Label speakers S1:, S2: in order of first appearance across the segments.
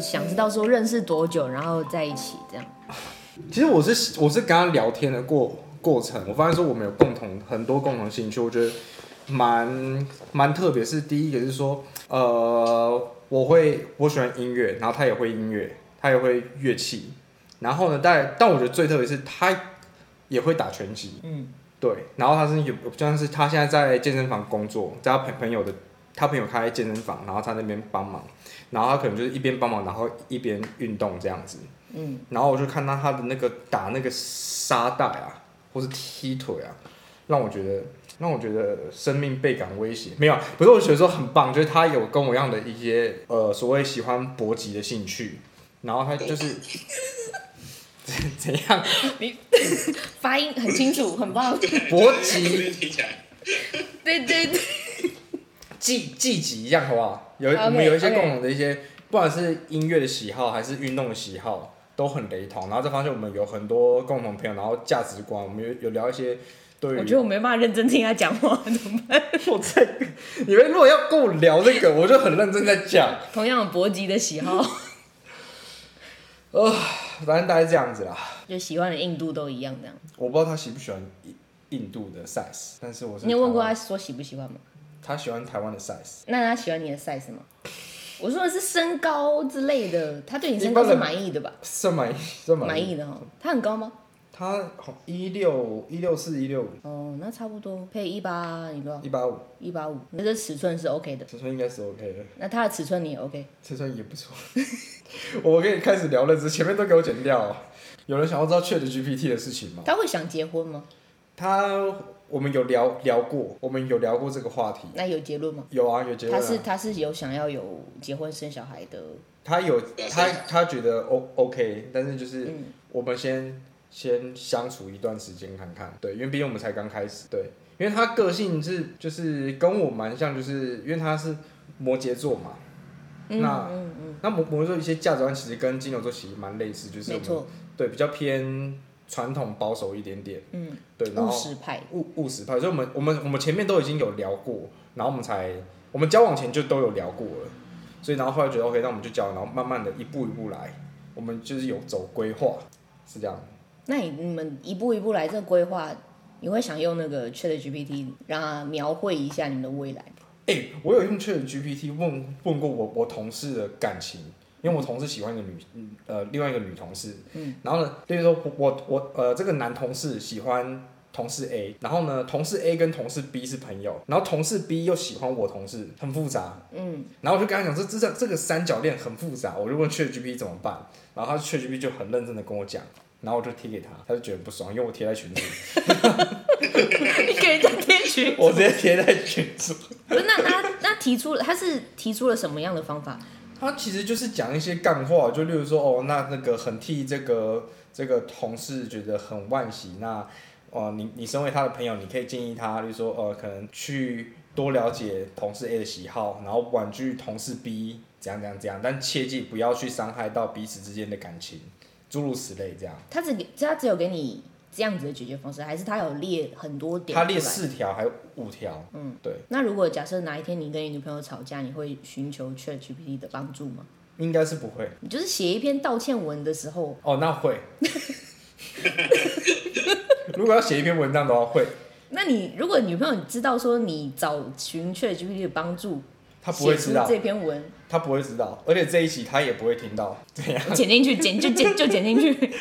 S1: 想知道说认识多久，然后在一起这样。
S2: 其实我是我是跟他聊天的过过程，我发现说我们有共同很多共同兴趣，我觉得蛮蛮特别。是第一个是说，呃，我会我喜欢音乐，然后他也会音乐，他也会乐器。然后呢，但但我觉得最特别是他也会打拳击，
S1: 嗯，
S2: 对。然后他是有，就像是他现在在健身房工作，在他朋朋友的他朋友开健身房，然后他那边帮忙，然后他可能就是一边帮忙，然后一边运动这样子。
S1: 嗯，
S2: 然后我就看到他的那个打那个沙袋啊，或是踢腿啊，让我觉得让我觉得生命倍感威胁。没有，啊不是我觉得说很棒，就是他有跟我一样的一些呃所谓喜欢搏击的兴趣，然后他就是怎怎样
S1: 发音很清楚，很 棒。
S2: 搏
S3: 是不
S2: 击
S3: 是听起来
S1: 对对对，
S2: 技技击一样好不好？有
S1: OK，
S2: 我们有一些
S1: OK
S2: 共同的一些，不管是音乐的喜好还是运动的喜好，都很雷同。然后再发现我们有很多共同朋友，然后价值观，我们有有聊一些对于
S1: 我觉得我没办法认真听他讲话，怎么办？
S2: 我在， 你们如果要跟我聊这个，我就很认真在讲。
S1: 同样有搏击的喜好，
S2: 反正大概这样子啦。
S1: 就喜欢的硬度都一样这样。
S2: 我不知道他喜不喜欢印印度的 size，但是我是
S1: 你有问过
S2: 台
S1: 他
S2: 湾，
S1: 说喜不喜欢吗？
S2: 他喜欢台湾的 size。
S1: 那他喜欢你的 size 吗？我说的是身高之类的，他对你身
S2: 一
S1: 高是
S2: 般人
S1: 满意的吧？
S2: 这么这么
S1: 满意的哈，他很高吗？
S2: 他好一六一六四一六五
S1: 哦，那差不多配一八，你多少？
S2: 一八五，
S1: 一八五，那这尺寸是 OK 的。
S2: 尺寸应该是 OK 的，
S1: 那他的尺寸你也 OK？
S2: 尺寸也不错。 我跟你开始聊了，之前面都给我剪掉哦、有人想要知道 Chat GPT 的事情吗？
S1: 他会想结婚吗？
S2: 他我们有聊聊过，我们有聊过这个话题。
S1: 那有结论吗？
S2: 有啊，有结论、
S1: 他
S2: 啊。
S1: 是他是有想要有结婚生小孩的，
S2: 他有
S3: 对
S2: 他
S3: 所以
S2: 他觉得 O OK，但是就是
S1: 嗯，
S2: 我们先先相处一段时间看看，对，因为毕竟我们才刚开始，对，因为他个性是就是跟我蛮像，就是因为他是摩羯座嘛，
S1: 嗯
S2: 那
S1: 嗯嗯，
S2: 那摩摩羯座一些价值观其实跟金牛座其实蛮类似，就是我
S1: 没
S2: 们
S1: 错，
S2: 对比较偏传统保守一点点，
S1: 嗯，
S2: 对，然
S1: 务
S2: 后
S1: 实派，
S2: 务务实派，所以我们我们我们前面都已经有聊过，然后我们才我们交往前就都有聊过了，所以然后后来觉得 OK，那我们就交往，然后慢慢的一步一步来，我们就是有走规划，是这样。
S1: 那你你们一步一步来这个规划，你会想用那个 Chat GPT 让它描绘一下你们的未来？
S2: 哎、我有用 Chat GPT 问问过我我同事的感情，因为我同事喜欢一个女嗯呃另外一个女同事，
S1: 嗯，
S2: 然后呢，例如说我我我呃这个男同事喜欢同事 A，然后呢同事 A 跟同事 B 是朋友，然后同事 B 又喜欢我同事，很复杂，
S1: 嗯，
S2: 然后我就跟他讲说，这这这个三角恋很复杂，我就问 ChatGPT 怎么办，然后他 ChatGPT 就很认真的跟我讲，然后我就贴给他，他就觉得很不爽，因为我贴在 群组，
S1: 你给人家贴群，
S2: 我直接贴在群组。
S1: 不是那那那提出了他是提出了什么样的方法？
S2: 他其实就是讲一些干话，就例如说，哦，那那个很替这个这个同事觉得很惋惜，那哦、你你身为他的朋友，你可以建议他，例如说，呃，可能去多了解同事 A 的喜好，然后婉拒同事 B，怎样怎样怎样，但切记不要去伤害到彼此之间的感情，诸如此类这样。
S1: 他只给他只有给你这样子的解决方式，还是他有列很多点？
S2: 他列。四条还有五条，嗯，对，
S1: 那如果假设哪一天你跟你女朋友吵架，你会寻求 Chat GPT 的帮助吗？
S2: 应该是不会。
S1: 你就是写一篇道歉文的时候，
S2: 哦，那会。 如果要写一篇文章的话，会，
S1: 那你如果女朋友知道说你找寻 Chat GPT 的帮助，
S2: 他不会
S1: 写
S2: 知
S1: 出
S2: 道，
S1: 这篇文，
S2: 他不会知道，而且这一集他也不会听到，怎样？
S1: 剪进去，剪就剪就剪进去。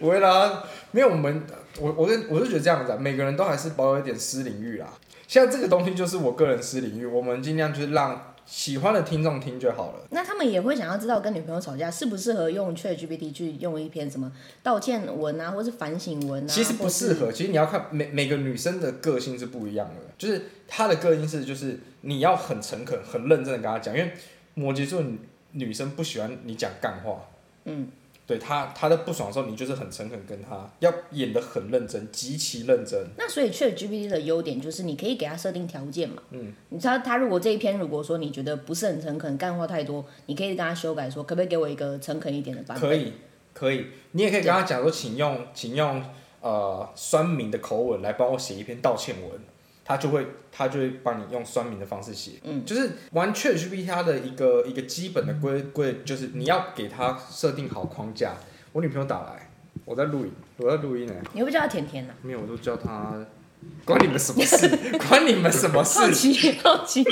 S2: 不会啦，没有我们，我我是我是觉得这样子、啊，每个人都还是保有一点私领域啦。像这个东西就是我个人私领域，我们尽量就是让喜欢的听众听就好了。
S1: 那他们也会想要知道跟女朋友吵架适不适合用 Chat GPT 去用一篇什么道歉文啊，或是反省文啊。
S2: 其实不适合，其实你要看每每个女生的个性是不一样的，就是她的个性是就是你要很诚恳、很认真的跟她讲，因为摩羯座女女生不喜欢你讲干话，
S1: 嗯，
S2: 对她她在不爽的时候，你就是很诚恳跟她，要演的很认真，极其认真，
S1: 那所以 Chat GPT 的优点就是你可以给他设定条件嘛，
S2: 嗯，
S1: 你知道他如果这一篇如果说你觉得不是很诚恳，干话太多，你可以跟他修改说，可不可以给我一个诚恳一点的版本？
S2: 可以可以，你也可以跟她讲说，请用请用呃酸民的口吻来帮我写一篇道歉文，他就会他就会帮你用酸民的方式写，嗯，就是玩 ChatGPT 它的一个一个基本的规规，就是你要给它设定好框架。我女朋友打来，我在录音，我在录音呢、
S1: 你会不会叫他啊甜甜呢、
S2: 没有，我都叫她，关你们什么事？ 关你们什么
S1: 好
S2: 事？
S1: 奇好奇，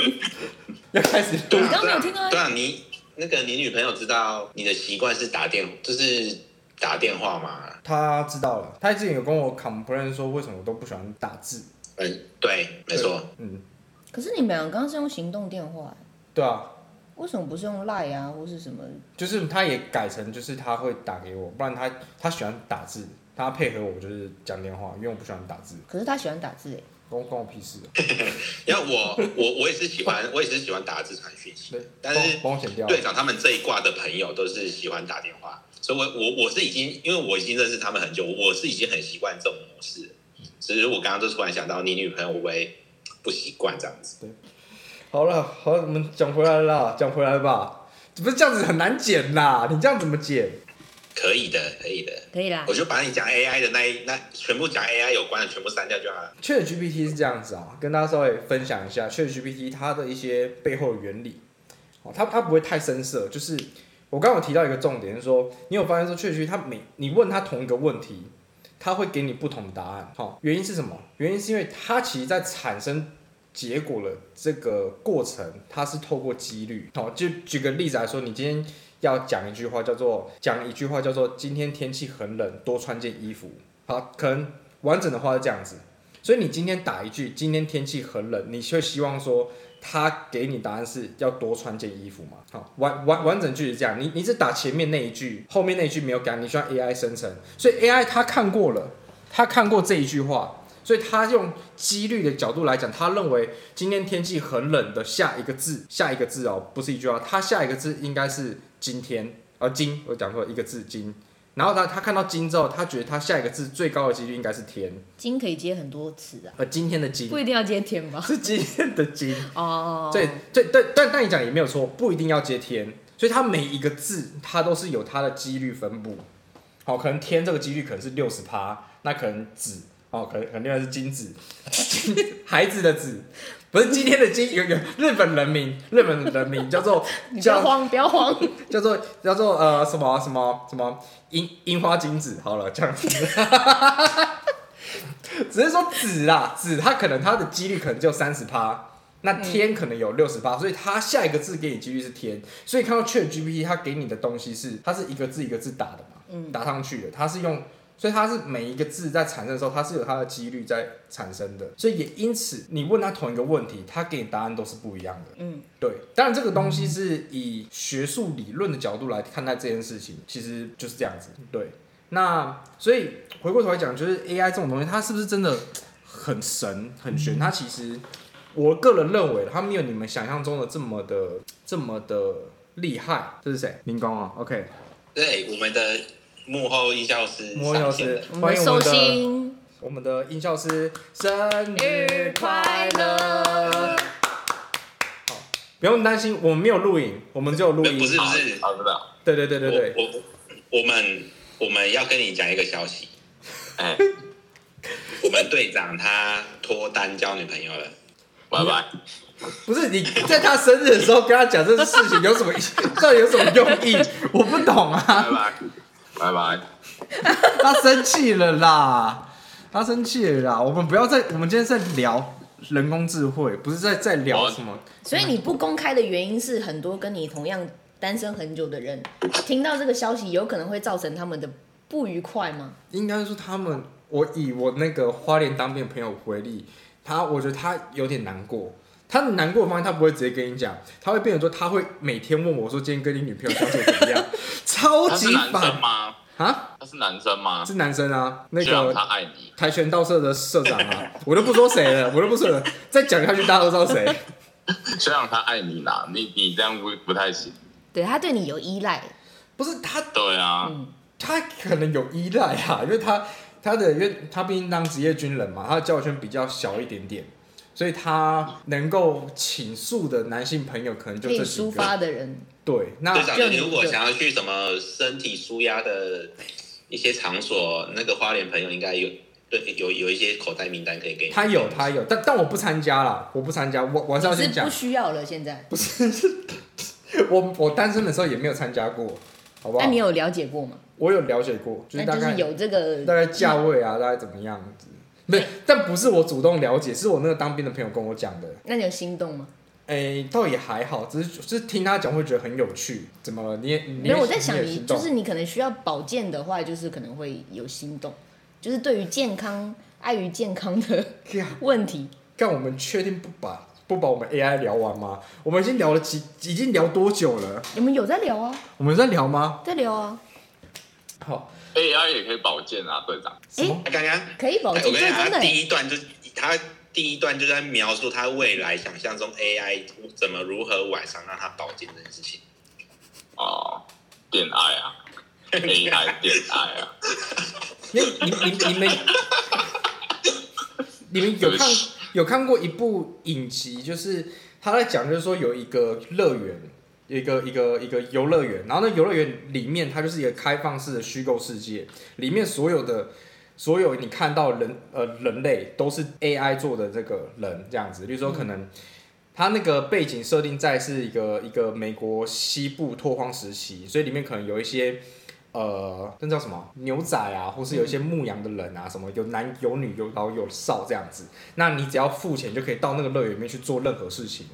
S2: 要开始录
S3: 对啊
S1: 你刚刚没有听到
S3: 对啊，你那个你女朋友知道你的习惯是打电，就是打电话嘛？
S2: 他知道了，他之前有跟我 complain 说为什么我都不喜欢打字。
S3: 嗯，对，没错。
S2: 嗯，
S1: 可是你们俩刚刚是用行动电话、
S2: 对啊，
S1: 为什么不是用 Line 啊，或是什么？
S2: 就是他也改成就是他会打给我，不然他他喜欢打字，他配合我就是讲电话，因为我不喜欢打字，
S1: 可是他喜欢打字哎、
S2: 关关我屁事、啊。
S3: 然后我 我我也是喜欢，我也是喜欢打字传讯息
S2: 对，，
S3: 但是
S2: 帮帮我剪掉。
S3: 队长他们这一挂的朋友都是喜欢打电话，所以我我我是已经因为我已经认识他们很久，我是已经很习惯这种模式了，只是我刚刚就突然想到，你女朋友会不会不习惯这样子？
S2: 好了，好了，我们讲回来啦，讲回来吧。不是这样子很难剪啦，你这样怎么剪？
S3: 可以的，可以的，
S1: 可以啦
S3: 我。就把你讲 AI 的那一那全部讲 AI 有关的全部删掉就好了。
S2: ChatGPT 是这样子啊，跟大家稍微分享一下 ChatGPT 它的一些背后的原理。哦，它它不会太深色，就是我刚刚有提到一个重点，是说你有发现说 ChatGPT 它每你问它同一个问题，它会给你不同的答案。好、原因是什么？原因是因为它其实在产生结果的这个过程，它是透过几率。好、就举个例子来说，你今天要讲一句话叫做讲一句话叫做今天天气很冷，多穿件衣服。好，可能完整的话是这样子。所以你今天打一句“今天天气很冷”，你会希望说他给你答案是要多穿件衣服吗？好，完完完整句是这样，你你只打前面那一句，后面那一句没有改，你需要 AI 生成，所以 AI 它看过了，它看过这一句话。所以他用几率的角度来讲，他认为今天天气很冷的下一个字，下一个字哦，不是一句话，他下一个字应该是今天，呃，今，我讲错了一个字今。然后他他看到今之后，他觉得他下一个字最高的几率应该是天，
S1: 金可以接很多词啊，
S2: 呃，今天的今
S1: 不一定要接天吧？
S2: 是今天的今，
S1: 哦，
S2: 对对对，但但你讲也没有错，不一定要接天，所以它每一个字它都是有它的几率分布。好，可能天这个几率可能是六十趴，那可能子，哦，可能可能另外是金子， 孩子的子，不是今天的金，有有日本人名，日本人名叫做
S1: 你不要
S2: 叫
S1: 慌，不要 慌。
S2: 叫做叫做呃什么什么什么樱樱花金子，好了这样子，只是说子啦子，它可能它的几率可能就三十趴，那天可能有六十趴，所以它下一个字给你几率是天，所以看到 Chat GPT 它给你的东西是它是一个字一个字打的嘛，打上去的，它是用。所以它是每一个字在产生的时候，它是有它的几率在产生的，所以也因此，你问它同一个问题，它给你答案都是不一样的。对，当然这个东西是以学术理论的角度来看待这件事情，其实就是这样子。对，那所以回过头来讲，就是 AI 这种东西，它是不是真的很神很玄？它其实我个人认为，它没有你们想象中的这么的这么的厉害。这是谁？林工啊，OK，
S3: 对，我们的幕后音效师
S2: 莫老
S3: 上线
S2: 师
S3: 了，，
S1: 我
S2: 欢
S1: 们
S2: 迎我
S1: 寿
S2: 们的嗯
S1: 星
S2: 我们的音效师，生
S1: 日
S2: 日
S1: 快
S2: 快乐
S1: 乐！！
S2: 不用担心，我们没有录影，我们只有录
S3: 不
S2: 音。
S3: 不是不是，
S4: 啊好，知道。
S2: 对对对对对。
S3: 我我我们我们要跟你讲一个消息，
S4: 哎，
S3: 我们队长他脱单交女朋友了。
S4: 拜拜。
S2: 不是你在他生日的时候跟他讲这事情有什么意， 到底有什么用意？我不懂啊，
S4: 拜拜，拜拜。
S2: 他生气了啦，他生气了啦。我们不要再，我们今天在聊人工智慧，不是在在聊什么。
S1: 所以你不公开的原因是很多跟你同样单身很久的人听到这个消息，有可能会造成他们的不愉快吗？
S2: 应该说他们，我以我那个花莲当兵的朋友回忆，他我觉得他有点难过。他的难过的方面，他不会直接跟你讲，他会变成说他会每天问我说今天跟你女朋友相处怎么样， 超
S4: 他是
S2: 级
S4: 男生
S2: 烦
S4: 吗？
S2: 啊！
S4: 他是男生吗？
S2: 是男生啊，那
S4: 希望
S2: 个
S4: 他爱你。
S2: 跆拳道社的社长啊， 我都不说谁了，我都不说了，再讲下去大家都知道谁。
S4: 虽然他爱你啦，你你这样不不太行。
S1: 对他对你有依赖，
S2: 不是他，
S4: 对啊，
S1: 嗯，
S2: 他可能有依赖啊，因为他他的，因为他毕竟当职业军人嘛，他的交友圈比较小一点点，所以他能够倾诉的男性朋友可能就
S1: 可以
S2: 这
S1: 抒
S2: 几
S1: 发
S2: 个。
S1: 的人，
S2: 对，那
S3: 队长，
S1: 就
S3: 你如果
S1: 就
S3: 想要去什么身体舒压的一些场所，那个花莲朋友应该有对，有有一些口袋名单可以给你。
S2: 他有他有，但但我不参加啦，我不参加，我我还是要
S1: 你
S2: 先
S1: 是
S2: 讲
S1: 不，需要了现在。
S2: 我我单身的时候也没有参加过，好不
S1: 那
S2: 好
S1: 你？有了解过吗？
S2: 我有了解过，就
S1: 那
S2: 是大
S1: 就
S2: 概
S1: 是有这个
S2: 大概价位啊，大概怎么样子？没，但不是我主动了解，是我那个当兵的朋友跟我讲的。
S1: 那你有心动吗？
S2: 哎、倒也还好，只是就是听他讲会觉得很有趣。怎么了？你也你
S1: 没
S2: 也
S1: 有，我在想
S2: 也
S1: 你，
S2: 心
S1: 就
S2: 动
S1: 是你可能需要保健的话，就是可能会有心动，就是对于健康、碍于健康的
S2: 干
S1: 问题，
S2: 干，我们确定不把不把我们 AI 聊完吗？我们已经聊了几，已经聊多久了？
S1: 你们有在聊啊，
S2: 我们在聊吗？
S1: 在聊啊，
S2: 好，
S4: AI 也可以保健啊，队长。
S2: 什么？
S3: 他刚刚
S1: 可以保
S3: 哎
S1: 健，
S3: 我
S1: 这
S3: 跟你
S1: 真的欸、
S3: 讲，他第一段就他第一段就在描述他未来想象中 AI 怎么如何晚上让他保健这件事情。
S4: 哦，恋爱 啊，AI 恋爱啊，
S2: 你你你你们你们有看有看过一部影集，就是他在讲，就是说有一个乐园，一个一个一个游乐园，然后那游乐园里面它就是一个开放式的虚构世界，里面所有的所有你看到人呃人类都是 AI 做的这个人这样子，例如说可能。它那个背景设定在是一个一个美国西部拓荒时期，所以里面可能有一些呃，那叫什么牛仔啊，或是有一些牧羊的人啊，什么有男有女有老有少这样子。那你只要付钱就可以到那个乐园里面去做任何事情。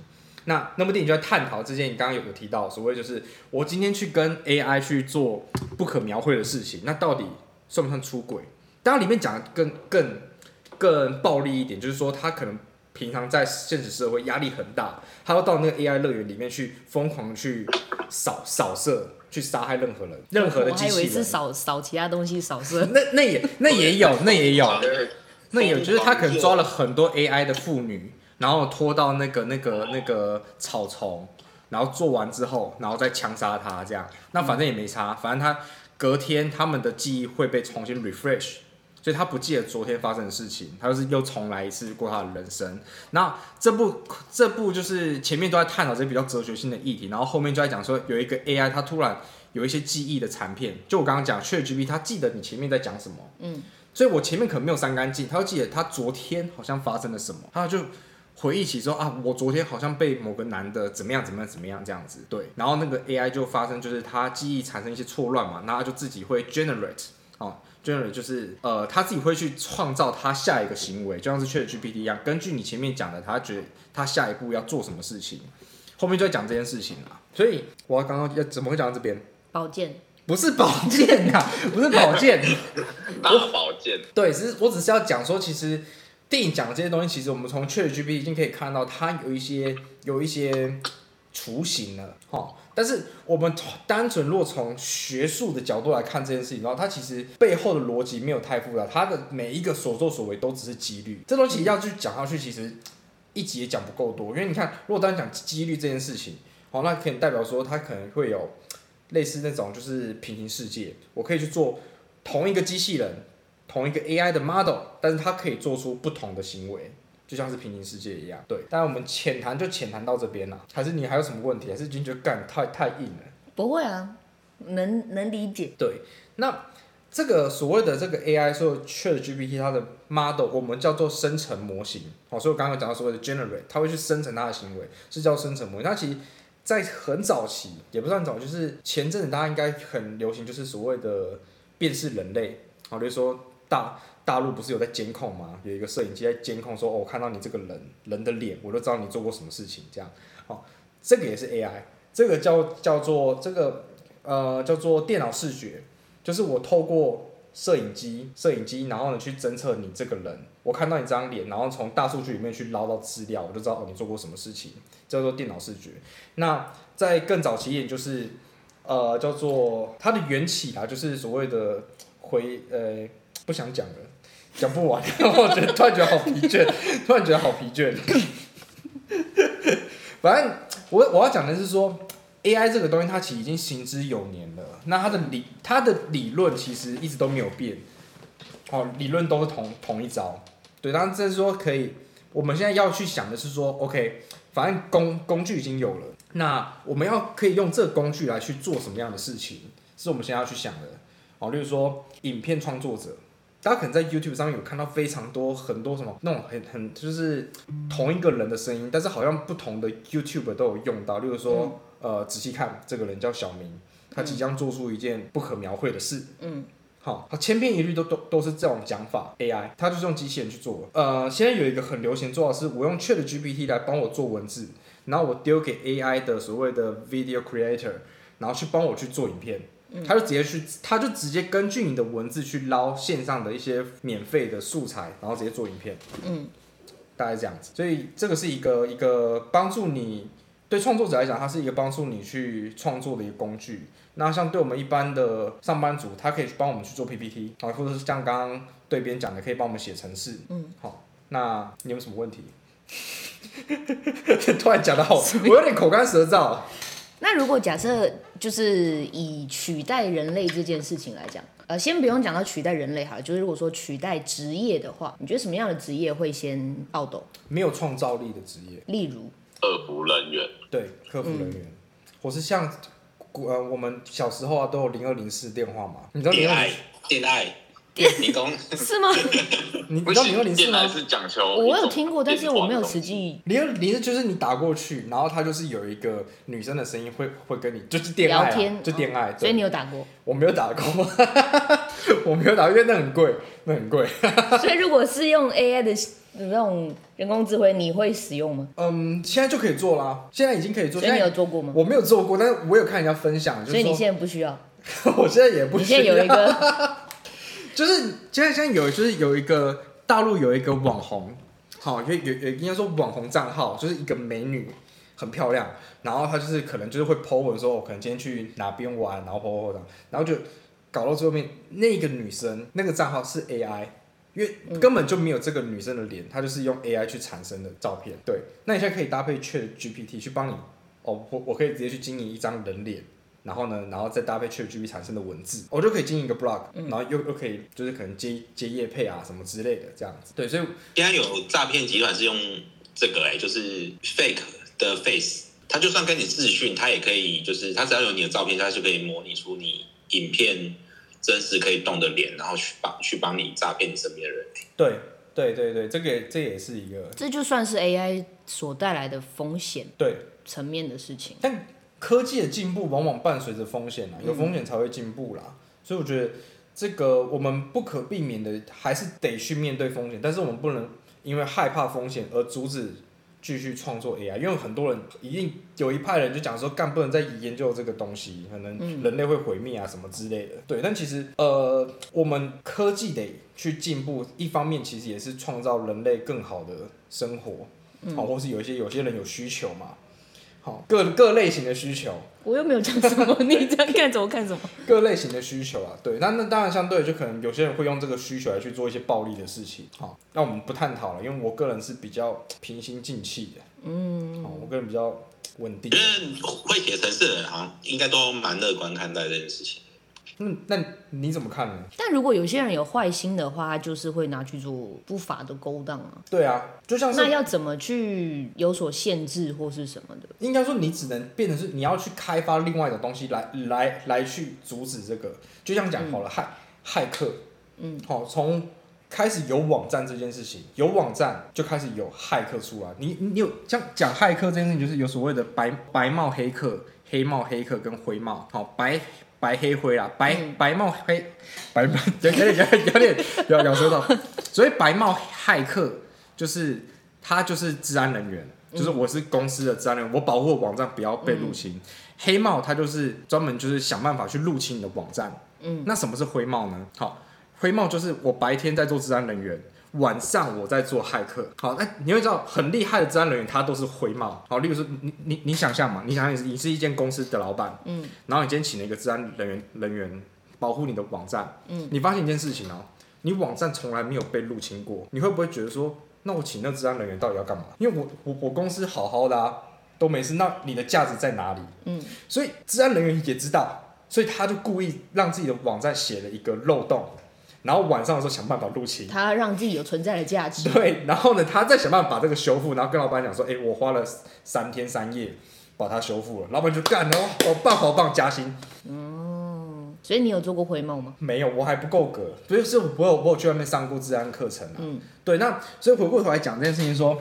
S2: 那那部电影就在探讨之前，你刚刚有有提到，所谓就是我今天去跟 AI 去做不可描绘的事情，那到底算不算出轨？当然里面讲的更更更暴力一点，就是说他可能平常在现实社会压力很大，他要到那个 AI 乐园里面去疯狂去扫扫射，去杀害任何人，任何的
S1: 我还
S2: 机
S1: 以
S2: 器
S1: 为是
S2: 人。
S1: 扫扫其他东西扫射，
S2: 那那也那也有那也有，那
S3: 也
S2: 有就是他可能抓了很多 AI 的妇女，然后拖到那个那个那个草丛，然后做完之后，然后再枪杀他这样。那反正也没差，反正他隔天他们的记忆会被重新 refresh，所以他不记得昨天发生的事情，他就是又重来一次过他的人生。那这部这部就是前面都在探讨这些比较哲学性的议题，然后后面就在讲说有一个 AI 它突然有一些记忆的残片，就我刚刚讲 ChatGPT 它记得你前面在讲什么，
S1: 嗯，
S2: 所以我前面可能没有删干净，他就记得他昨天好像发生了什么，他就回忆起说啊，我昨天好像被某个男的怎么样怎么样怎么样这样子，对，然后那个 AI 就发生就是他记忆产生一些错乱嘛，那他就自己会 generate 哦。generate 就是呃，他自己会去创造他下一个行为，就像是 ChatGPT 一样，根据你前面讲的，他觉得他下一步要做什么事情，后面就在讲这件事情啦。所以我刚刚要怎么会讲到这边？
S1: 保健
S2: 不是保健啊，不是保健，
S4: 大保健。
S2: 对，只是我只是要讲说，其实电影讲的这些东西，其实我们从 ChatGPT 已经可以看到，它有一些有一些雏形了，哈。但是我们从单纯若从学术的角度来看这件事情，然后它其实背后的逻辑没有太复杂，它的每一个所作所为都只是几率。这东西要去讲下去，其实一集也讲不够多，因为你看，如果单讲几率这件事情，好，那可以代表说它可能会有类似那种就是平行世界，我可以去做同一个机器人，同一个 AI 的 model，但是它可以做出不同的行为，就像是平行世界一样。对，当然我们浅谈就浅谈到这边啦。还是你还有什么问题？还是已经觉得干太太硬了？
S1: 不会啊，能能理解，
S2: 对，那这个所谓的这个 AI，说 ChatGPT 它的 model，我们叫做生成模型。好，所以我刚刚有讲到所谓的 generate，它会去生成它的行为，是叫生成模型。那其实，在很早期，也不算早，就是前阵子大家应该很流行，就是所谓的辨识人类。好，比如说大大陆不是有在监控吗？有一个摄影机在监控说，哦，我看到你这个人人的脸，我就知道你做过什么事情。这样，哦，这个也是 AI，这个叫叫做这个呃叫做电脑视觉。就是我透过摄影机，摄影机，然后呢去侦测你这个人，我看到你这张脸，然后从大数据里面去捞到资料，我就知道哦你做过什么事情，叫做电脑视觉。那在更早期一点，就是呃叫做它的缘起啊，就是所谓的回呃不想讲了，讲不完， 我觉得突然觉得好疲倦，突然觉得好疲倦。 反正我我要讲的是说，AI 这个东西它其实已经行之有年了，那它的理它的理论其实一直都没有变，哦，理论都是同同一招，对，当然这是说可以，我们现在要去想的是说，OK，反正工工具已经有了，那我们要可以用这个工具来去做什么样的事情，是我们现在要去想的，哦，例如说影片创作者，大家可能在 YouTube 上面有看到非常多很多什么那种很很就是同一个人的声音，但是好像不同的 YouTube 都有用到，例如说、呃，仔细看这个人叫小明，他即将做出一件不可描绘的事。
S1: 嗯，
S2: 好，它千篇一律都都都是这种讲法，AI，它就是用机器人去做。呃，现在有一个很流行做的是，我用 Chat GPT 来帮我做文字，然后我丢给 AI 的所谓的 video creator，然后去帮我去做影片。他就直接去，他就直接根据你的文字去捞线上的一些免费的素材，然后直接做影片。
S1: 嗯，
S2: 大概这样子。所以这个是一个一个帮助你对创作者来讲，它是一个帮助你去创作的一个工具。那像对我们一般的上班族，它可以帮我们去做 PPT 啊，或者是像刚刚对边讲的，可以帮我们写程式。
S1: 嗯，
S2: 好，那你有没有什么问题？ 突然讲到我，我有点口干舌燥。
S1: 那如果假设就是以取代人类这件事情来讲，呃，先不用讲到取代人类好了，就是如果说取代职业的话，你觉得什么样的职业会先爆抖？
S2: 没有创造力的职业，
S1: 例如，
S4: 二服人员，
S2: 对，客服人员，或是像呃我们小时候啊都有零二零四电话嘛，你知道零
S3: 恋
S2: 二
S3: 爱，恋爱，你懂？
S1: 是 吗？
S2: 你你
S4: 不
S2: 知道零二
S4: 行，
S2: 零四
S4: 电
S2: 吗
S4: 台？是讲求
S1: 哦我
S4: 一
S1: 有
S4: 种
S1: 听过，但是
S4: 电
S1: 我
S4: 话
S1: 没有
S4: 的东
S1: 实
S4: 西
S1: 际
S2: 零二零四就是你打过去，然后他就是有一个女生的声音会会跟你就是恋爱、
S1: 聊
S2: 啊，
S1: 天，
S2: 就恋爱，
S1: 嗯
S2: 对
S1: 所以你有打 过。
S2: 我没有打过，我没有打过，因为那很贵，那很贵。
S1: 所以如果是用 AI 的那种人工智慧，你会使用吗？
S2: 嗯，现在就可以做啦，现在已经可以做。
S1: 所以你
S2: 现在
S1: 有做过吗？
S2: 我没有做过，但是我有看人家分享，就
S1: 所
S2: 是
S1: 以你
S2: 说，
S1: 现在不需要，
S2: 我现在也不
S1: 你现在
S2: 需要
S1: 有一个
S2: 就是现在现在有就是有一个大陆有一个网红，好有有有应该说网红账号，就是一个美女，很漂亮，然后她就是可能就是会 po 文说，哦我可能今天去哪边玩，然后 po po 的，然后就搞到最后面那个女生那个账号是 AI。因为根本就没有这个女生的脸，她就是用 AI 去产生的照片。对，那你现在可以搭配 Chat GPT 去帮你，哦，我我可以直接去经营一张人脸，然后呢，然后再搭配 ChatGPT 产生的文字，哦我就可以经营一个 blog，、然后又又可以就是可能接接业配啊什么之类的这样子。对，所以
S3: 现在有诈骗集团是用这个哎、就是 fake 的 face，他就算跟你视讯，他也可以，就是他只要有你的照片，他就可以模拟出你影片真实可以动的脸，然后去帮去帮你诈骗你身边的人。
S2: 对对对对，这个这也是一个
S1: 这就算是 AI 所带来的风险
S2: 对，
S1: 层面的事情。
S2: 但科技的进步往往伴随着风险啊，有风险才会进步啦。所以我觉得这个我们不可避免的还是得去面对风险，但是我们不能因为害怕风险而阻止继续创作 AI，因为很多人一定有一派人就讲说，干不能再研究这个东西，可能人类会毁灭啊什么之类的。对，但其实呃，我们科技得去进步，一方面其实也是创造人类更好的生活，好、或是有一些有些人有需求嘛。好，各各类型的需求，
S1: 我又没有讲什么，你这样看着我看什么？
S2: 各类型的需求啊，对，那那当然相对就可能有些人会用这个需求来去做一些暴力的事情，好、那我们不探讨了，因为我个人是比较平心静气的，嗯，好、我个人比较稳定
S3: 我觉。得会写程式的人好像应该都蛮乐观看待这件事情。
S2: 那那你怎么看呢？
S1: 但如果有些人有坏心的话，他就是会拿去做不法的勾当啊。
S2: 对啊，就像
S1: 那
S2: 是
S1: 要怎么去有所限制或是什么的？
S2: 应该说你只能变成是你要去开发另外一种东西来来来去阻止这个，就像讲好了，骇骇客，
S1: 嗯，
S2: 好、从开始有网站这件事情，有网站就开始有骇客出来。你你有像讲骇客这件事情，就是有所谓的白白帽黑客、黑帽黑客跟灰帽，好、白白黑灰啦，白、白帽黑白 帽有有点有点有点有咬舌头，所以白帽骇客就是他就是治安人员。就是我是公司的治安人员，我保护我网站不要被入侵。黑帽他就是专门就是想办法去入侵你的网站。
S1: 嗯，
S2: 那什么是灰帽呢？好，灰帽就是我白天在做治安人员，晚上我在做骇客。好，那你会知道很厉害的治安人员他都是灰帽。好，例如说你你你想象嘛，你想象你是你是一间公司的老板，
S1: 嗯，
S2: 然后你今天请了一个治安人员人员保护你的网站，嗯，你发现一件事情哦，你网站从来没有被入侵过，你会不会觉得说，那我请那治安人员到底要干嘛？因为我我我公司好好的啊，都没事，那你的价值在哪里？
S1: 嗯，
S2: 所以治安人员也知道，所以他就故意让自己的网站写了一个漏洞，然后晚上的时候想办法入侵。
S1: 他让自己有存在的价值。
S2: 对，然后呢，他再想办法把这个修复，然后跟老板讲说，哎、我花了三天哦三夜把它修复了，老板就干了，好棒好棒，加薪。
S1: 哦，所以你有做过回眸吗？
S2: 没有，我还不够格，所以是我有我有去外面上过治安课程啊。
S1: 嗯
S2: 对，那所以回过头来讲这件事情说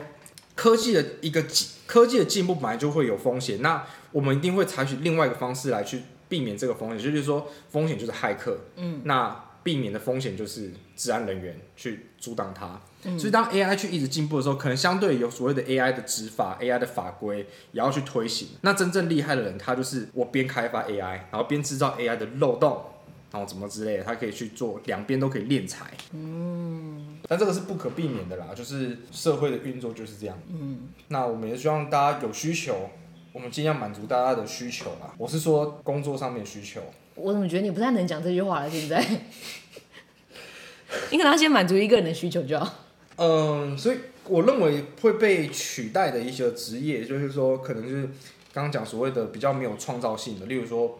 S2: 科技的一个进科技的进步本来就会有风险，那我们一定会采取另外一个方式来去避免这个风险，就是说风险就是骇客，
S1: 嗯，
S2: 那避免的风险就是治安人员去阻挡它。所以当 AI 去一直进步的时候，可能相对有所谓的 AI 的执法、AI 的法规也要去推行。那真正厉害的人，他就是我边开发 AI，然后边制造 AI 的漏洞，然后怎么之类的，他可以去做两边都可以敛财。嗯，但这个是不可避免的啦，就是社会的运作就是这样。
S1: 嗯，
S2: 那我们也希望大家有需求，我们尽量满足大家的需求啦。我是说工作上面的需求，
S1: 我怎么觉得你不太能讲这句话了？现在，你可能要先满足一个人的需求就好。
S2: 嗯，所以我认为会被取代的一些职业，就是说，可能就是刚刚讲所谓的比较没有创造性的，例如说，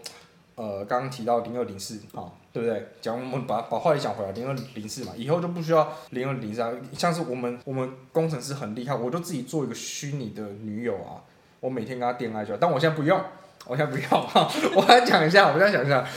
S2: 呃，刚刚提到零二零四，好，对不对？讲我们把把话题讲回来，零二零四嘛，以后就不需要零二零四啊。像是我们我们工程师很厉害，我就自己做一个虚拟的女友啊，我每天跟她恋爱就好，但我现在不用，我现在不用啊， 我来讲一下，我再讲一下。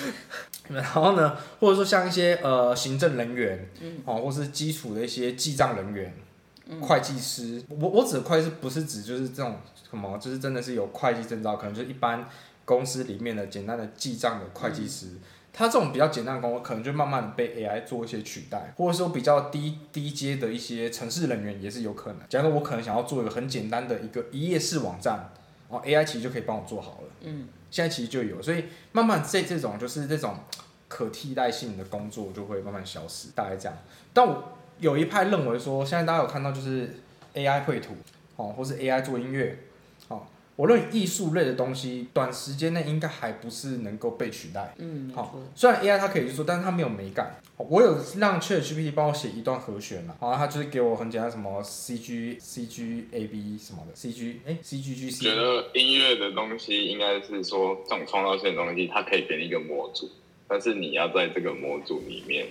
S2: 然后呢，或者说像一些呃行政人员，哦，或是基础的一些记账人员、会计师。我我指的会计师不是指就是这种什么，就是真的是有会计证照，可能就是一般公司里面的简单的记账的会计师。他这种比较简单的工作，可能就慢慢的被 AI 做一些取代，或者说比较低低阶的一些城市人员也是有可能。假如我可能想要做一个很简单的一个一页式网站，哦，AI 其实就可以帮我做好了。
S1: 嗯，
S2: 现在其实就有，所以慢慢这这种就是这种可替代性的工作就会慢慢消失，大概这样。但我有一派认为说，现在大家有看到就是 AI 绘图哦，或是 AI 做音乐哦，我认为艺术类的东西短时间内应该还不是能够被取代。
S1: 嗯，没
S2: 好
S1: 错，，
S2: 虽然 AI 它可以去做，但是它没有美感。好我有让 ChatGPT 帮我写一段和弦嘛，然后它就是给我很简单什么 CG CG AB 什么的 CG 哎 CGG
S4: 觉得音乐的东西应该是说这种创造性的东西，它可以给你一个模组，但是你要在这个模组里面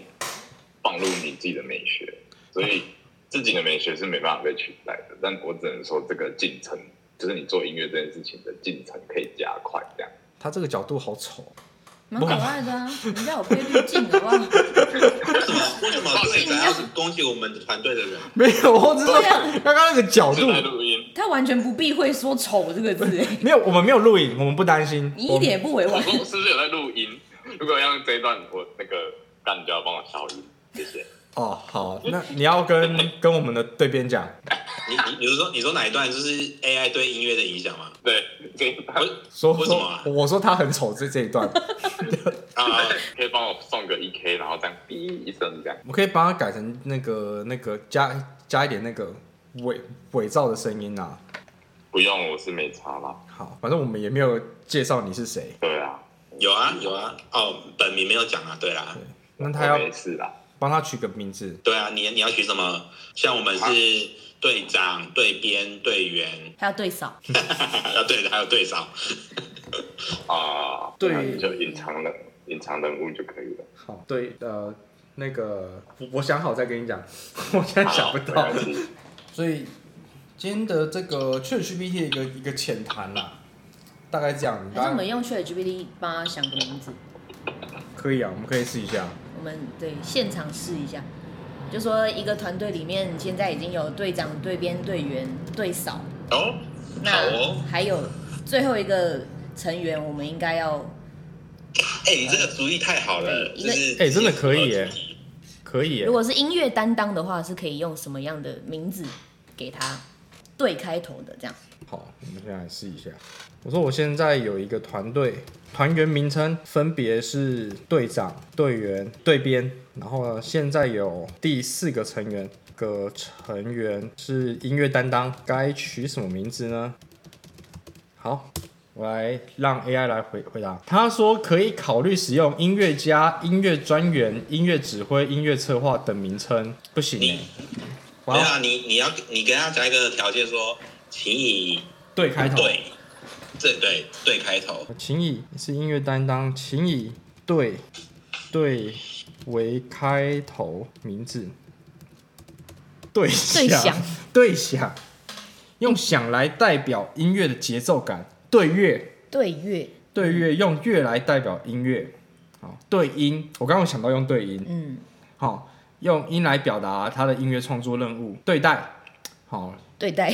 S4: 放入你自己的美学，所以自己的美学是没办法被取代的。但我只能说，这个进程就是你做音乐这件事情的进程可以加快，这样。
S2: 它这个角度好丑。
S5: 蛮可爱的啊，人家有配滤镜好不好？
S3: 为什么为什么对咱要是攻击我们的团队的人？
S2: 没有，我只是说
S4: 啊
S2: 刚刚那哦个角
S4: 就
S2: 度
S4: 在录音，
S5: 他完全不避讳说丑这个字，哎
S2: 没有，我们没有录影，我们不担心。
S5: 你一点也不委
S4: 我
S5: 婉。
S4: 说是不是有在录音？如果要用这一段，我那个干你就要帮我消音，谢谢。
S2: 我们哦，好，那你要跟跟我们的对边讲，
S3: 你你你是说你说哪一段就是 AI 对音乐的影响吗？
S4: 对，这一段
S3: 我
S2: 说
S3: 为什么啊
S2: 说，我说他很丑这这一段，
S4: 啊，可以帮我送个一 K，然后这样哔一声这样。
S2: 我可以帮他改成那个那个加加一点那个伪伪造的声音啊。
S4: 不用，我是没差啦。
S2: 好，反正我们也没有介绍你是谁，
S4: 对啊，
S3: 有啊有啊，哦，本名没有讲啊，对啦，
S2: 那他
S4: 我
S2: 要
S4: 没事啦。
S2: 帮他取个名字。
S3: 对啊，你你要取什么？像我们是队长、队编、队员，
S5: 还有对扫，
S3: 啊对，还有队长，
S4: 啊，
S2: 对
S4: 那你就隐藏人，隐藏人物就可以了。
S2: 好，对，呃，那个我我想好再跟你讲， 我现在 想不
S4: 好
S2: 到
S4: 没。关系
S2: 所以今天的这个 ChatGPT 的一个一个浅谈啦，大概这样，
S5: 还是
S2: 大
S5: 我
S2: 家
S5: 们用 ChatGPT 帮他想个名字，
S2: 可以啊，我们可以试一下。
S5: 我们对现场试一下，就说一个团队里面现在已经有队长、队编、队员、队嫂，
S3: 哦，好
S5: 那
S3: 哦，
S5: 还有最后一个成员，我们应该要
S3: 哎、你这个主意太好了，
S5: 对
S3: 就是呃
S2: 哎真的可以耶可以耶
S5: 如，果是音乐担当的话，是可以用什么样的名字给他对开头的这样？
S2: 好，我们现在来试一下。我说我现在有一个团队，团员名称分别是队长、队员、队编，然后呢，现在有第四个成员，个成员是音乐担当，该取什么名字呢？好，我来让 AI 来回回答。他说可以考虑使用音乐家、音乐专员、音乐指挥、音乐策划等名称，不行耶、哦我
S3: 没有
S2: 要
S3: 啊，你你要你跟他讲一个条件说，请以
S2: 对开头。
S3: 对，这对对开头，
S2: 请以是音乐担当，请以对对为开头名字，对响
S5: 响
S2: 对响，用响来代表音乐的节奏感，对乐
S5: 对乐
S2: 对乐用乐来代表音乐，好，对音，我刚刚有想到用对音，
S1: 嗯，
S2: 好，用音来表达他的音乐创作任务，对待，好，
S1: 对待，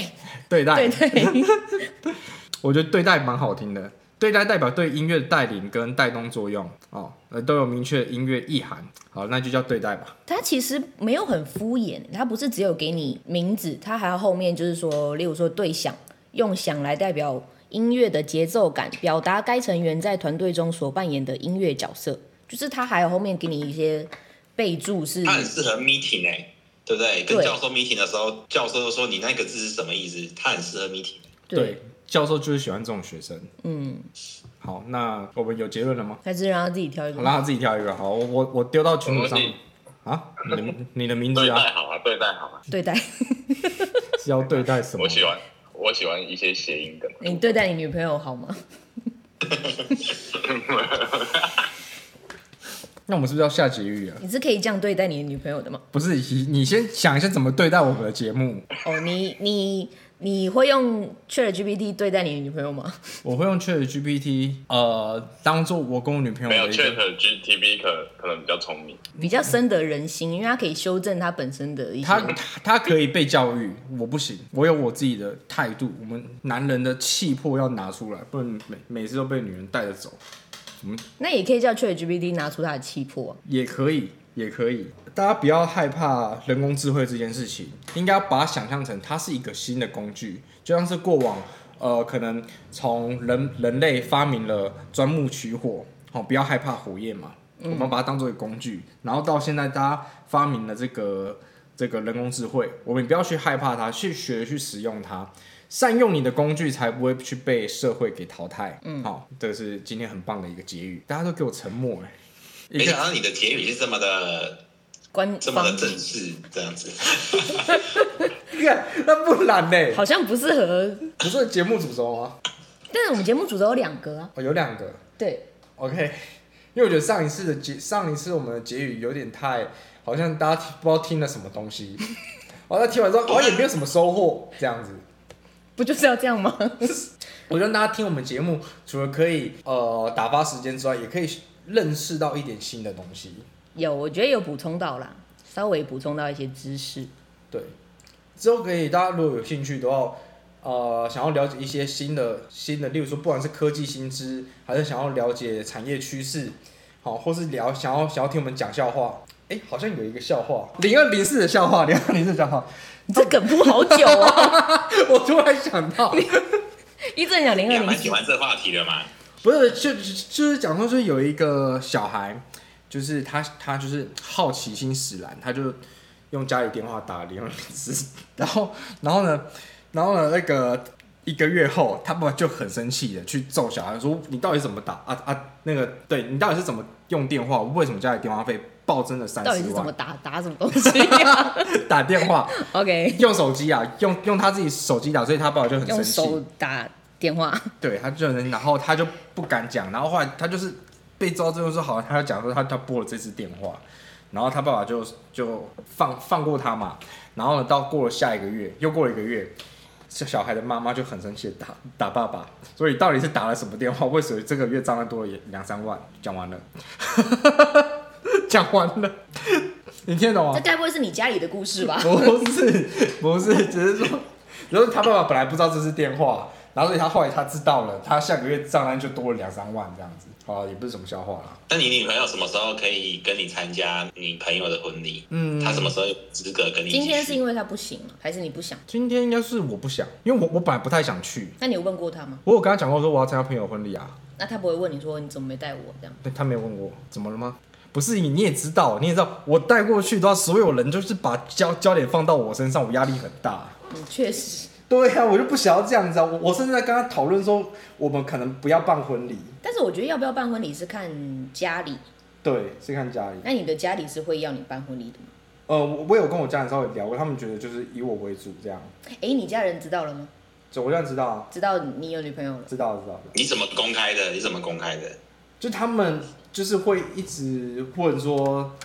S2: 对待，
S1: 对对，
S2: 我觉得对待蛮好听的。对待代表对音乐的带领跟带动作用哦，呃都有明确的音乐意涵。好，那就叫对待吧。
S1: 他其实没有很敷衍，他不是只有给你名字，他还要后面就是说，例如说对响，用响来代表音乐的节奏感，表达该成员在团队中所扮演的音乐角色，就是他还有后面给你一些备注 是，
S3: 他很适合 meeting 哎、对不对？
S1: 嗯
S3: 跟
S1: 对
S3: 教授 meeting 的时候，教授说你那个字是什么意思？他很适合 meeting。
S1: 对，
S2: 教授就是喜欢这种学生。
S1: 嗯，
S2: 好，那我们有结论了吗？
S1: 还是让他自己挑一
S2: 好，
S1: 个。
S2: 让他自己挑一个。好，我我我丢到群组上
S4: 我问
S2: 啊，你的你的名字
S4: 对
S2: 啊
S4: 待好啊，对待好啊，
S1: 对待
S2: 是要对待什么
S4: 我？喜欢我喜欢一些谐音梗，啊
S1: 你对待你女朋友好吗？
S2: 那我们是不是要下结语了？啊
S1: 你是可以这样对待你的女朋友的吗？
S2: 不是，你你先想一下怎么对待我们的节目。
S1: 哦，你你你会用 ChatGPT 对待你的女朋友吗？
S2: 我会用 Chat GPT 呃当做我跟我女朋友
S4: 没有
S2: 的一
S4: Chat
S2: 个
S4: GTP 可可能比较聪明，
S1: 比较深得人心，因为它可以修正它本身的一些
S2: 他他他可以被教育，我不行，我有我自己的态度。我们男人的气魄要拿出来，不能每每次都被女人带着走。
S1: 那也可以叫 ChatGPT 拿出它的气魄啊、
S2: 也可以，也可以。大家不要害怕人工智慧这件事情，应该把它想象成它是一个新的工具，就像是过往呃，可能从人人类发明了钻木取火，哦，不要害怕火焰嘛，我们把它当做一个工具，然后到现在大家发明了这个这个人工智慧，我们不要去害怕它，去学去使用它。善用你的工具，才不会去被社会给淘汰。嗯，好、这是今天很棒的一个结语。大家都给我沉默、哎，一
S3: 没
S2: 个
S3: 想到你的结语是这么的、
S1: 官
S3: 这么
S1: 方
S3: 的正式，这样子。
S2: 看，那不然呢？
S1: 好像不适合，
S2: 不是节目组轴吗？
S1: 但是我们节目组都有两个啊。
S2: 哦，有两个。
S1: 对，
S2: OK，因为我觉得上一次的结，上一次我们的结语有点太，好像大家听不知道听了什么东西， 然后他听完之后好哦像也没有什么收获，这样子。
S1: 不就是要这样吗？
S2: 我觉得大家听我们节目，除了可以呃打发时间之外，也可以认识到一点新的东西。
S1: 有，我觉得有补充到啦，稍微补充到一些知识。
S2: 对，之后可以大家如果有兴趣的话，呃，想要了解一些新的新的，例如说不管是科技新知，还是想要了解产业趋势，好，或是聊想要想要听我们讲笑话，哎，好像有一个笑话，零二零四的笑话，零二零四笑话，
S1: 你这梗铺好久哦，
S2: 我突然想到，
S1: 一正讲零
S3: 你
S1: 二
S3: 还蛮
S1: 零
S3: 喜欢这话题的嘛？
S2: 不是，就就是讲说是有一个小孩，就是他他就是好奇心使然，他就用家里电话打零二零四，然后然后呢，然后呢那个一个月后，他爸爸就很生气的去揍小孩，说你到底怎么打啊啊那个对你到底是怎么用电话？为什么家里电话费暴增了三
S1: 到底
S2: 十
S1: 是怎么
S2: 万？
S1: 打打什么东 西、啊、
S2: 打电话
S1: ？OK，
S2: 用手机啊，用用他自己手机打，所以他爸爸就很生
S1: 用
S2: 气。
S1: 手打电话，
S2: 对，他就能，然后他就不敢讲，然后后来他就是被抓之后说好，他就讲说他他拨了这次电话，然后他爸爸就就放放过他嘛，然后呢，到过了下一个月，又过了一个月，这小孩的妈妈就很生气地打打爸爸，所以到底是打了什么电话？为什么这个月账单多了两三万？讲完了， 讲完了，你听得懂吗
S1: 这？该不会是你家里的故事吧？
S2: 不是，不是，只是说，然后他爸爸本来不知道这是电话，然后所以他后来他知道了，他下个月账单就多了两三万这样子。好，也不是什么笑话啦。
S3: 那你女朋友什么时候可以跟你参加你朋友的婚礼？
S2: 嗯
S3: 她什么时候有资格跟你一起去？
S1: 今天是因为他不行吗？还是你不想？
S2: 今天应该是我不想，因为我我本来不太想去，
S1: 那你有问过他吗？
S2: 我有跟他讲过说我要参加朋友婚礼啊，
S1: 那他不会问你说你怎么没带我这样？
S2: 但他没有问我怎么了吗？不是你，你也知道，你也知道，我带过去的话，所有人就是把焦焦点放到我身上，我压力很大。
S1: 嗯，确实，
S2: 对啊，我就不想要这样子啊！我我甚至在跟他讨论说，我们可能不要办婚礼。
S1: 但是我觉得要不要办婚礼是看家里。
S2: 对，是看家里。
S1: 那你的家里是会要你办婚礼的吗？
S2: 呃，我我有跟我家人稍微聊过，他们觉得就是以我为主这样。
S1: 哎，你家人知道了吗？
S2: 就我现在知道啊，
S1: 知道你有女朋友了？
S2: 知道了知道了，
S3: 你怎么公开的？你怎么公开的？
S2: 就他们就是会一直问说，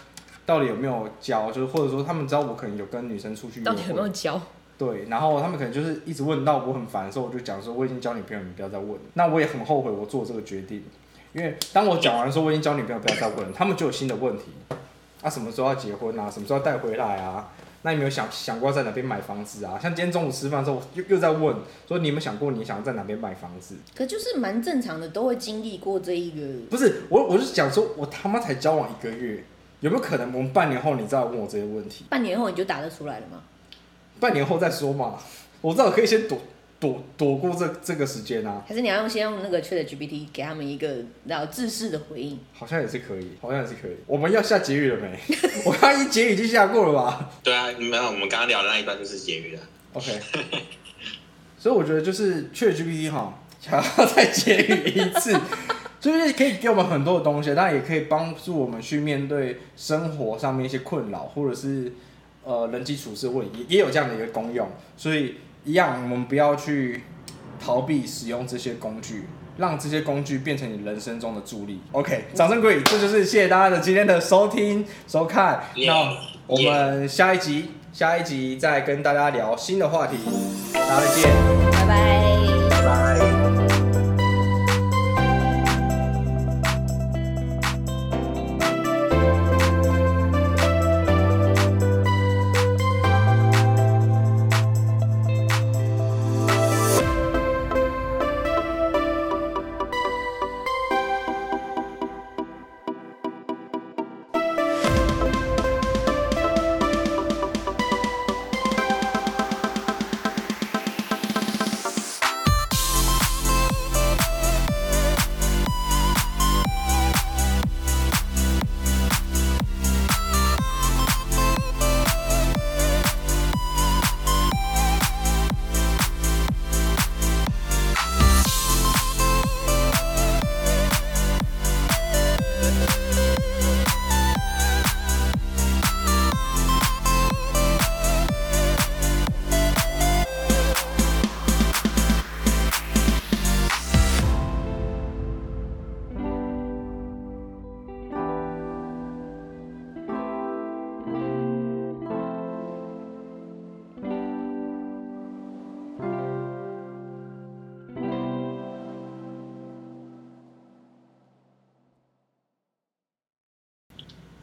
S2: 到底有没有交，就是或者说他们知道我可能有跟女生出去约
S1: 到底有没有
S2: 会，
S1: 交？
S2: 对，然后他们可哎能就是一直问到我很烦的时候，我就讲说我已经交女朋友，你不要再问了。那我也很后悔我做这个决定，因为当我讲完说我已经交女朋友不要再问，他们就有新的问题，啊，什么时候要结婚啊，什么时候要带回来啊？那你有没有想想过在哪边买房子啊？像今天中午吃饭的时候，我又又在问说你有没有想过你想在哪边买房子？
S1: 可就是蛮正常的，都会经历过这一个。
S2: 不是我，我是讲说我他妈才交往一个月，有没有可能我们半年后你再来问我这些问题？
S1: 半年后你就答得出来了吗？
S2: 半年后再说嘛，啊我至少可以先躲躲躲过这这个时间啊，
S1: 还是你要用先用那个 Chat GPT 给他们一个然后制式的回应？
S2: 好像也是可以，好像也是可以。我们要下结语了没？ 我刚刚一结语已经下过了吧？
S3: 对啊，没有，我们刚刚聊的那一段就是结语了。
S2: OK，所以我觉得就是 ChatGPT 哈，想要再结语一次，就是可以给我们很多的东西，当然也可以帮助我们去面对生活上面一些困扰，或者是呃人际处事问题，也也有这样的一个功用。所以一样，我们不要去逃避使用这些工具。让这些工具变成你人生中的助力。OK，掌声鼓励，这就是谢谢大家的今天的收听收看。那
S3: Yeah，
S2: 我们呃下一集，下一集再跟大家聊新的话题，大家再见。
S1: 拜拜。
S3: 拜拜。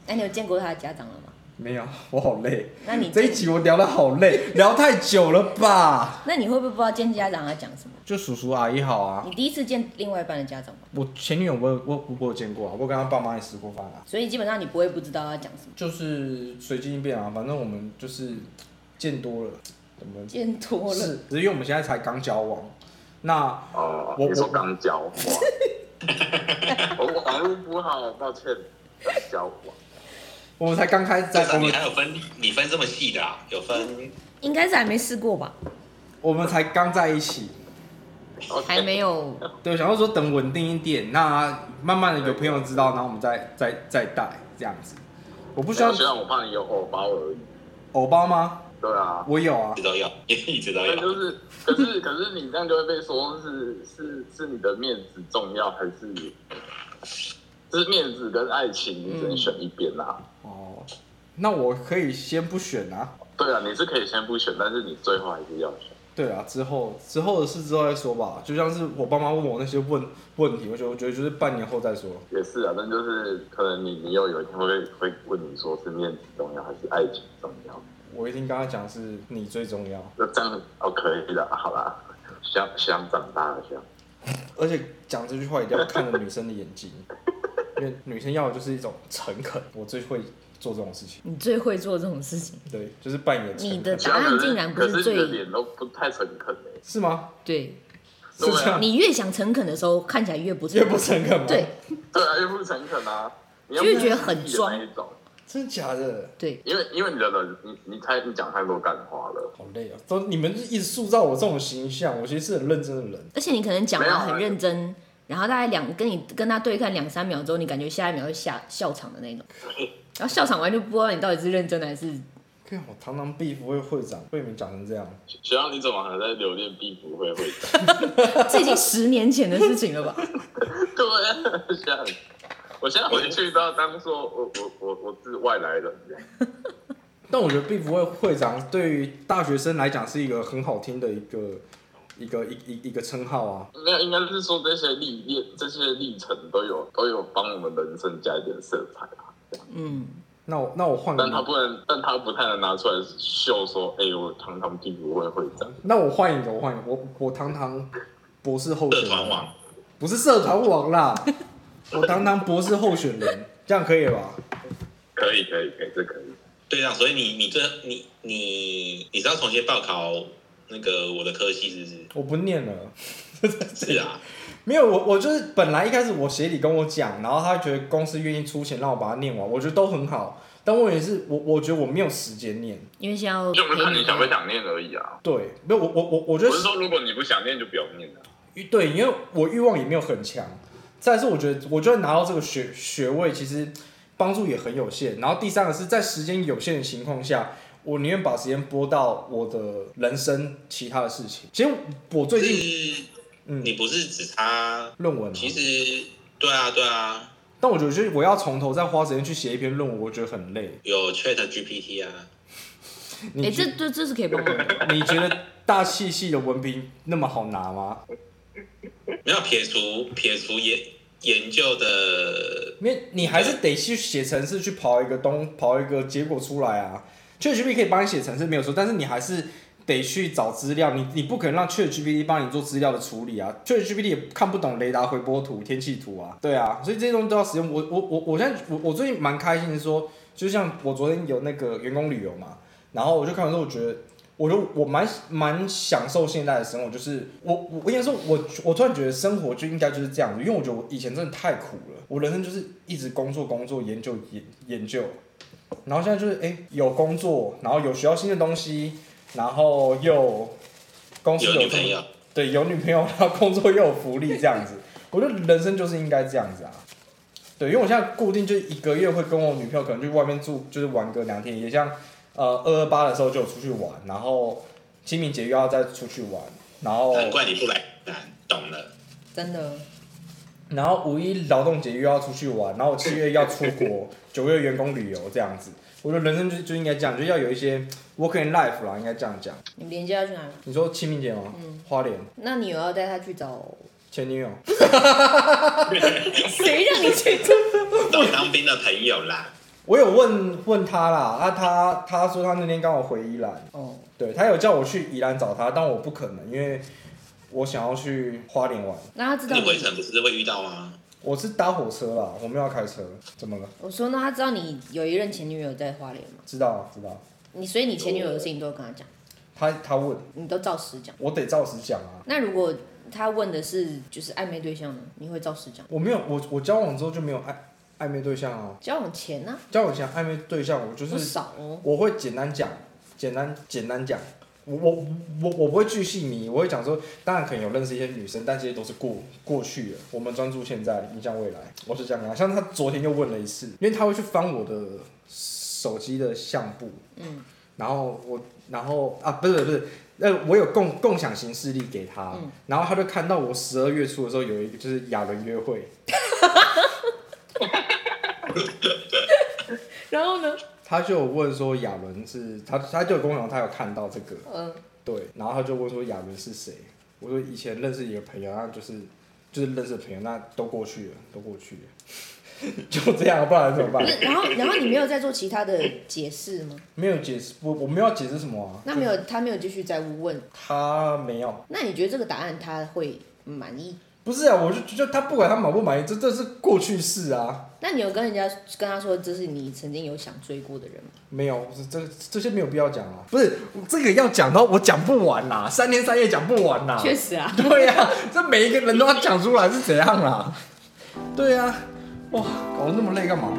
S1: 那、你有见过他的家长了吗？
S2: 没有，我好累。
S1: 那你
S2: 这一集我聊的好 累，聊太久了吧？
S1: 那你会不会不知道见家长要讲什么？
S2: 就叔叔阿姨好啊
S1: 你，第一次见另外一半的家长吗？
S2: 我前女友我有我我我有见过啊，我跟她爸妈也吃过饭啊。
S1: 所以基本上你不会不知道要讲什么。
S2: 就是随机应变啊，反正我们就是见多了，我们
S1: 见多了，
S2: 是，只是因为我们现在才刚交往。那
S4: 哦，
S2: 我
S4: 你说刚交往， 我我网络不好，抱歉，刚啊交往。
S2: 我们才刚开始在
S3: 至少
S2: 我
S3: 你啊
S2: 们
S3: 还有分，你分这么细的啊？有分
S1: 应该是还没试过吧？
S2: 我们才刚在一起，
S4: OK
S1: 还没有，
S2: 对，想要说等稳定一点，那慢慢的有朋友知道，然后我们再再再带这样子。我不需要
S4: 虽然我怕你有偶包而已。
S2: 偶包吗？
S4: 对啊，
S2: 我有啊
S3: 一直，都有，一直都
S4: 那就
S3: 有。
S4: 是，可是可是你这样就会被说是是是你的面子重要还是？就是面子跟爱情，你只能选一边啊啦、
S2: 哦，那我可以先不选啊。
S4: 对啊，你是可以先不选，但是你最后还是要选。
S2: 对啊，之后之后的事之后再说吧。就像是我爸妈问我那些问问题，我觉得我觉得就是半年后再说。
S4: 也是啊，但就是可能你你又有一天会会问你说是面子重要还是爱情重要？
S2: 我一定跟他讲是你最重要，
S4: 那这样哦可以的，好啦，想想长大了想。
S2: 而且讲这句话一定要看着女生的眼 睛，因为女生要的就是一种诚恳。我最会做这种事情，
S1: 你最会做这种事情。
S2: 对，就是扮演诚恳
S1: 你的答案竟然不
S4: 可
S1: 是
S4: 是你的
S1: 最
S4: 脸都不太诚恳欸
S2: 是吗？
S1: 对，啊
S2: 是这样，
S1: 你越想诚恳的时候，看起来越不诚
S2: 越
S1: 恳。
S2: 不诚恳吗？
S1: 对，
S4: 对啊，又不诚恳啊，你又
S1: 拒绝很装
S4: 不是故意的那一种，
S2: 真的假的？
S1: 对，
S4: 因为因为你的人，你你太你讲太多干话了。
S2: 好累啊！都你们一直塑造我这种形象，我其实是很认真的人。
S1: 而且你可能讲
S4: 没有
S1: 完
S4: 啊
S1: 很认真，然后大概两跟你跟他对看两三秒之后，你感觉下一秒会下笑场的那种，然后笑场完就不知道你到底是认真的还 是
S2: 看我堂堂毕福会会长被你们讲成这样，
S4: 学长，你怎么还在留恋必不会会长？
S1: 这已经十年前的事情了吧？
S4: 对啊，学长，我现在回去都要当做我我我我是外来人这样。
S2: 但我觉得毕福会会长对于大学生来讲是一个很好听的一个一个一一一个称号啊。
S4: 应该应该是说这些历练、这些历程都有都有帮我们人生加一点色彩啊。
S1: 嗯，
S2: 那我那我换个
S4: 但他不能，但他不太能拿出来秀说，哎、我堂堂地不会会长。
S2: 那我换一个，我换一个，我我堂堂博士候选
S3: 社
S2: 人，
S3: 团网
S2: 不是社团网啦，我堂堂博士候选人，这样可以吧？
S4: 可以，可以，可以，这可以。
S3: 对啊，所以你你这你你你是要重新报考那个我的科系是不是？
S2: 我不念了。
S3: 是 啊，
S2: 没有，我我就是本来一开始我协理跟我讲，然后他觉得公司愿意出钱让我把它念完，我觉得都很好。但问题是我我觉得我没有时间念，
S1: 因为现在要
S4: 就我们看你想不
S1: 陪
S4: 想念而已啊。
S2: 对，没有我我我我觉
S4: 我
S2: 得
S4: 是说，如果你不想念，就不要念啊了、
S2: 对，因为我欲望也没有很强。再来是我觉得，我觉得拿到这个学学位其实帮助也很有限。然后第三个是在时间有限的情况下，我宁愿把时间拨到我的人生其他的事情。其实我最近
S3: 是
S2: 嗯
S3: 你不是只差，
S2: 论文啊，
S3: 其实对啊对啊，
S2: 但我觉得就是我要从头再花时间去写一篇论文，我觉得很累。
S3: 有 Chat GPT 啊，
S2: 你
S1: 哎，
S2: 觉
S1: 这这这是可以帮忙的。
S2: 你觉得大气系的文凭那么好拿吗？
S3: 没有撇除撇除研研究的，
S2: 因为你还是得去写程式去跑一个东跑一个结果出来啊。ChatGPT 可以帮你写程式没有错，但是你还是得去找资料，你你不可能让 ChatGPT 帮你做资料的处理啊。ChatGPT 也看不懂雷达回波图、天气图啊，对啊，所以这些东西都要使用。我我我我现在我我最近蛮开心的说，就像我昨天有那个员工旅游嘛，然后我就看完之后，我觉得。我就我蛮蛮享受现在的生活，就是我我我应该说我，我突然觉得生活就应该就是这样子，因为我觉得我以前真的太苦了，我人生就是一直工作工作研究研研究，然后现在就是哎、诶有工作，然后有学到新的东西，然后又公司
S3: 有女
S2: 这么
S3: 朋友，
S2: 对有女朋友，然后工作又有福利这样子， 我觉得人生就是应该这样子啊。对，因为我现在固定就是一个月会跟我女朋友可能去外面住，就是玩个两天一夜，像呃二二八的时候就有出去玩，然后清明节又要再出去玩，然 后
S3: 难怪你不来南，懂了。
S5: 真的，
S2: 然后五一劳动节又要出去玩，然后我七月要出国，九月员工旅游这样子。我觉得人生就就应该这样，就要有一些 work in life 啦，应该这样讲。
S5: 你们连接要去哪里？
S2: 你说清明节吗？
S5: 嗯
S2: 花莲
S5: 那你有要带他去找？
S2: 前女友，
S5: 谁让你去找？
S3: 懂当兵的朋友 啦，
S2: 我有问问他啦，啊他他说他那天刚好回宜兰，
S5: 哦，
S2: 对他有叫我去宜兰找他，但我不可能，因为我想要去花莲玩。
S5: 那他知道
S3: 你回
S5: 你？
S3: 程不是会遇到吗？
S2: 我是搭火车啦，我没有要开车，怎么了？
S5: 我说那他知道你有一任前女友在花莲吗？
S2: 知道啊知道啊，
S5: 你所以你前女友的事情都跟他讲，
S2: 他他问
S5: 你都照实讲。
S2: 我得照实讲啊，
S5: 那如果他问的是就是暧昧对象呢？你会照实讲？
S2: 我没有我我交往之后就没有暧暧昧对象啊，
S5: 交往前呢、
S2: 交往前暧昧对象我就
S5: 不
S2: 是
S5: 少哦。
S2: 我会简单讲，简单简单讲，我我我我不会巨细迷，我会讲说，当然可能有认识一些女生，但这些都是过过去了，我们专注现在，影响未来，我是这样讲。像他昨天又问了一次，因为他会去翻我的手机的相簿，
S5: 嗯，
S2: 然后我然后啊不是不是。呃，我有共共享型事例给他，
S5: 嗯
S2: 然后他就看到我十二月初的时候有一个就是亚伦约会，
S5: 然后呢？
S2: 他就有问说亚伦是他他就有跟我讲他有看到这个，
S5: 嗯、
S2: 对，然后他就问说亚伦是谁？我说以前认识一个朋友，那就是就是认识的朋友，那都过去了，都过去了， 就这样，不然怎么办
S5: 不？是，然后然后你没有再做其他的解释吗？
S2: 没有解释，我我没有要解释什么啊。
S5: 那没有，他没有继续再问。
S2: 他没有，
S5: 那你觉得这个答案他会满意？
S2: 不是啊，我就就他不管他满不满意，这这是过去式啊，
S5: 那你有跟人家跟他说这是你曾经有想追过的人吗？
S2: 没有，这这这些没有必要讲啊。不是这个要讲到我讲不完啦，三天三夜讲不完啦。
S5: 确实啊，
S2: 对呀、这啊每一个人都要讲出来是怎样啦？对呀、哇，搞得那么累干嘛？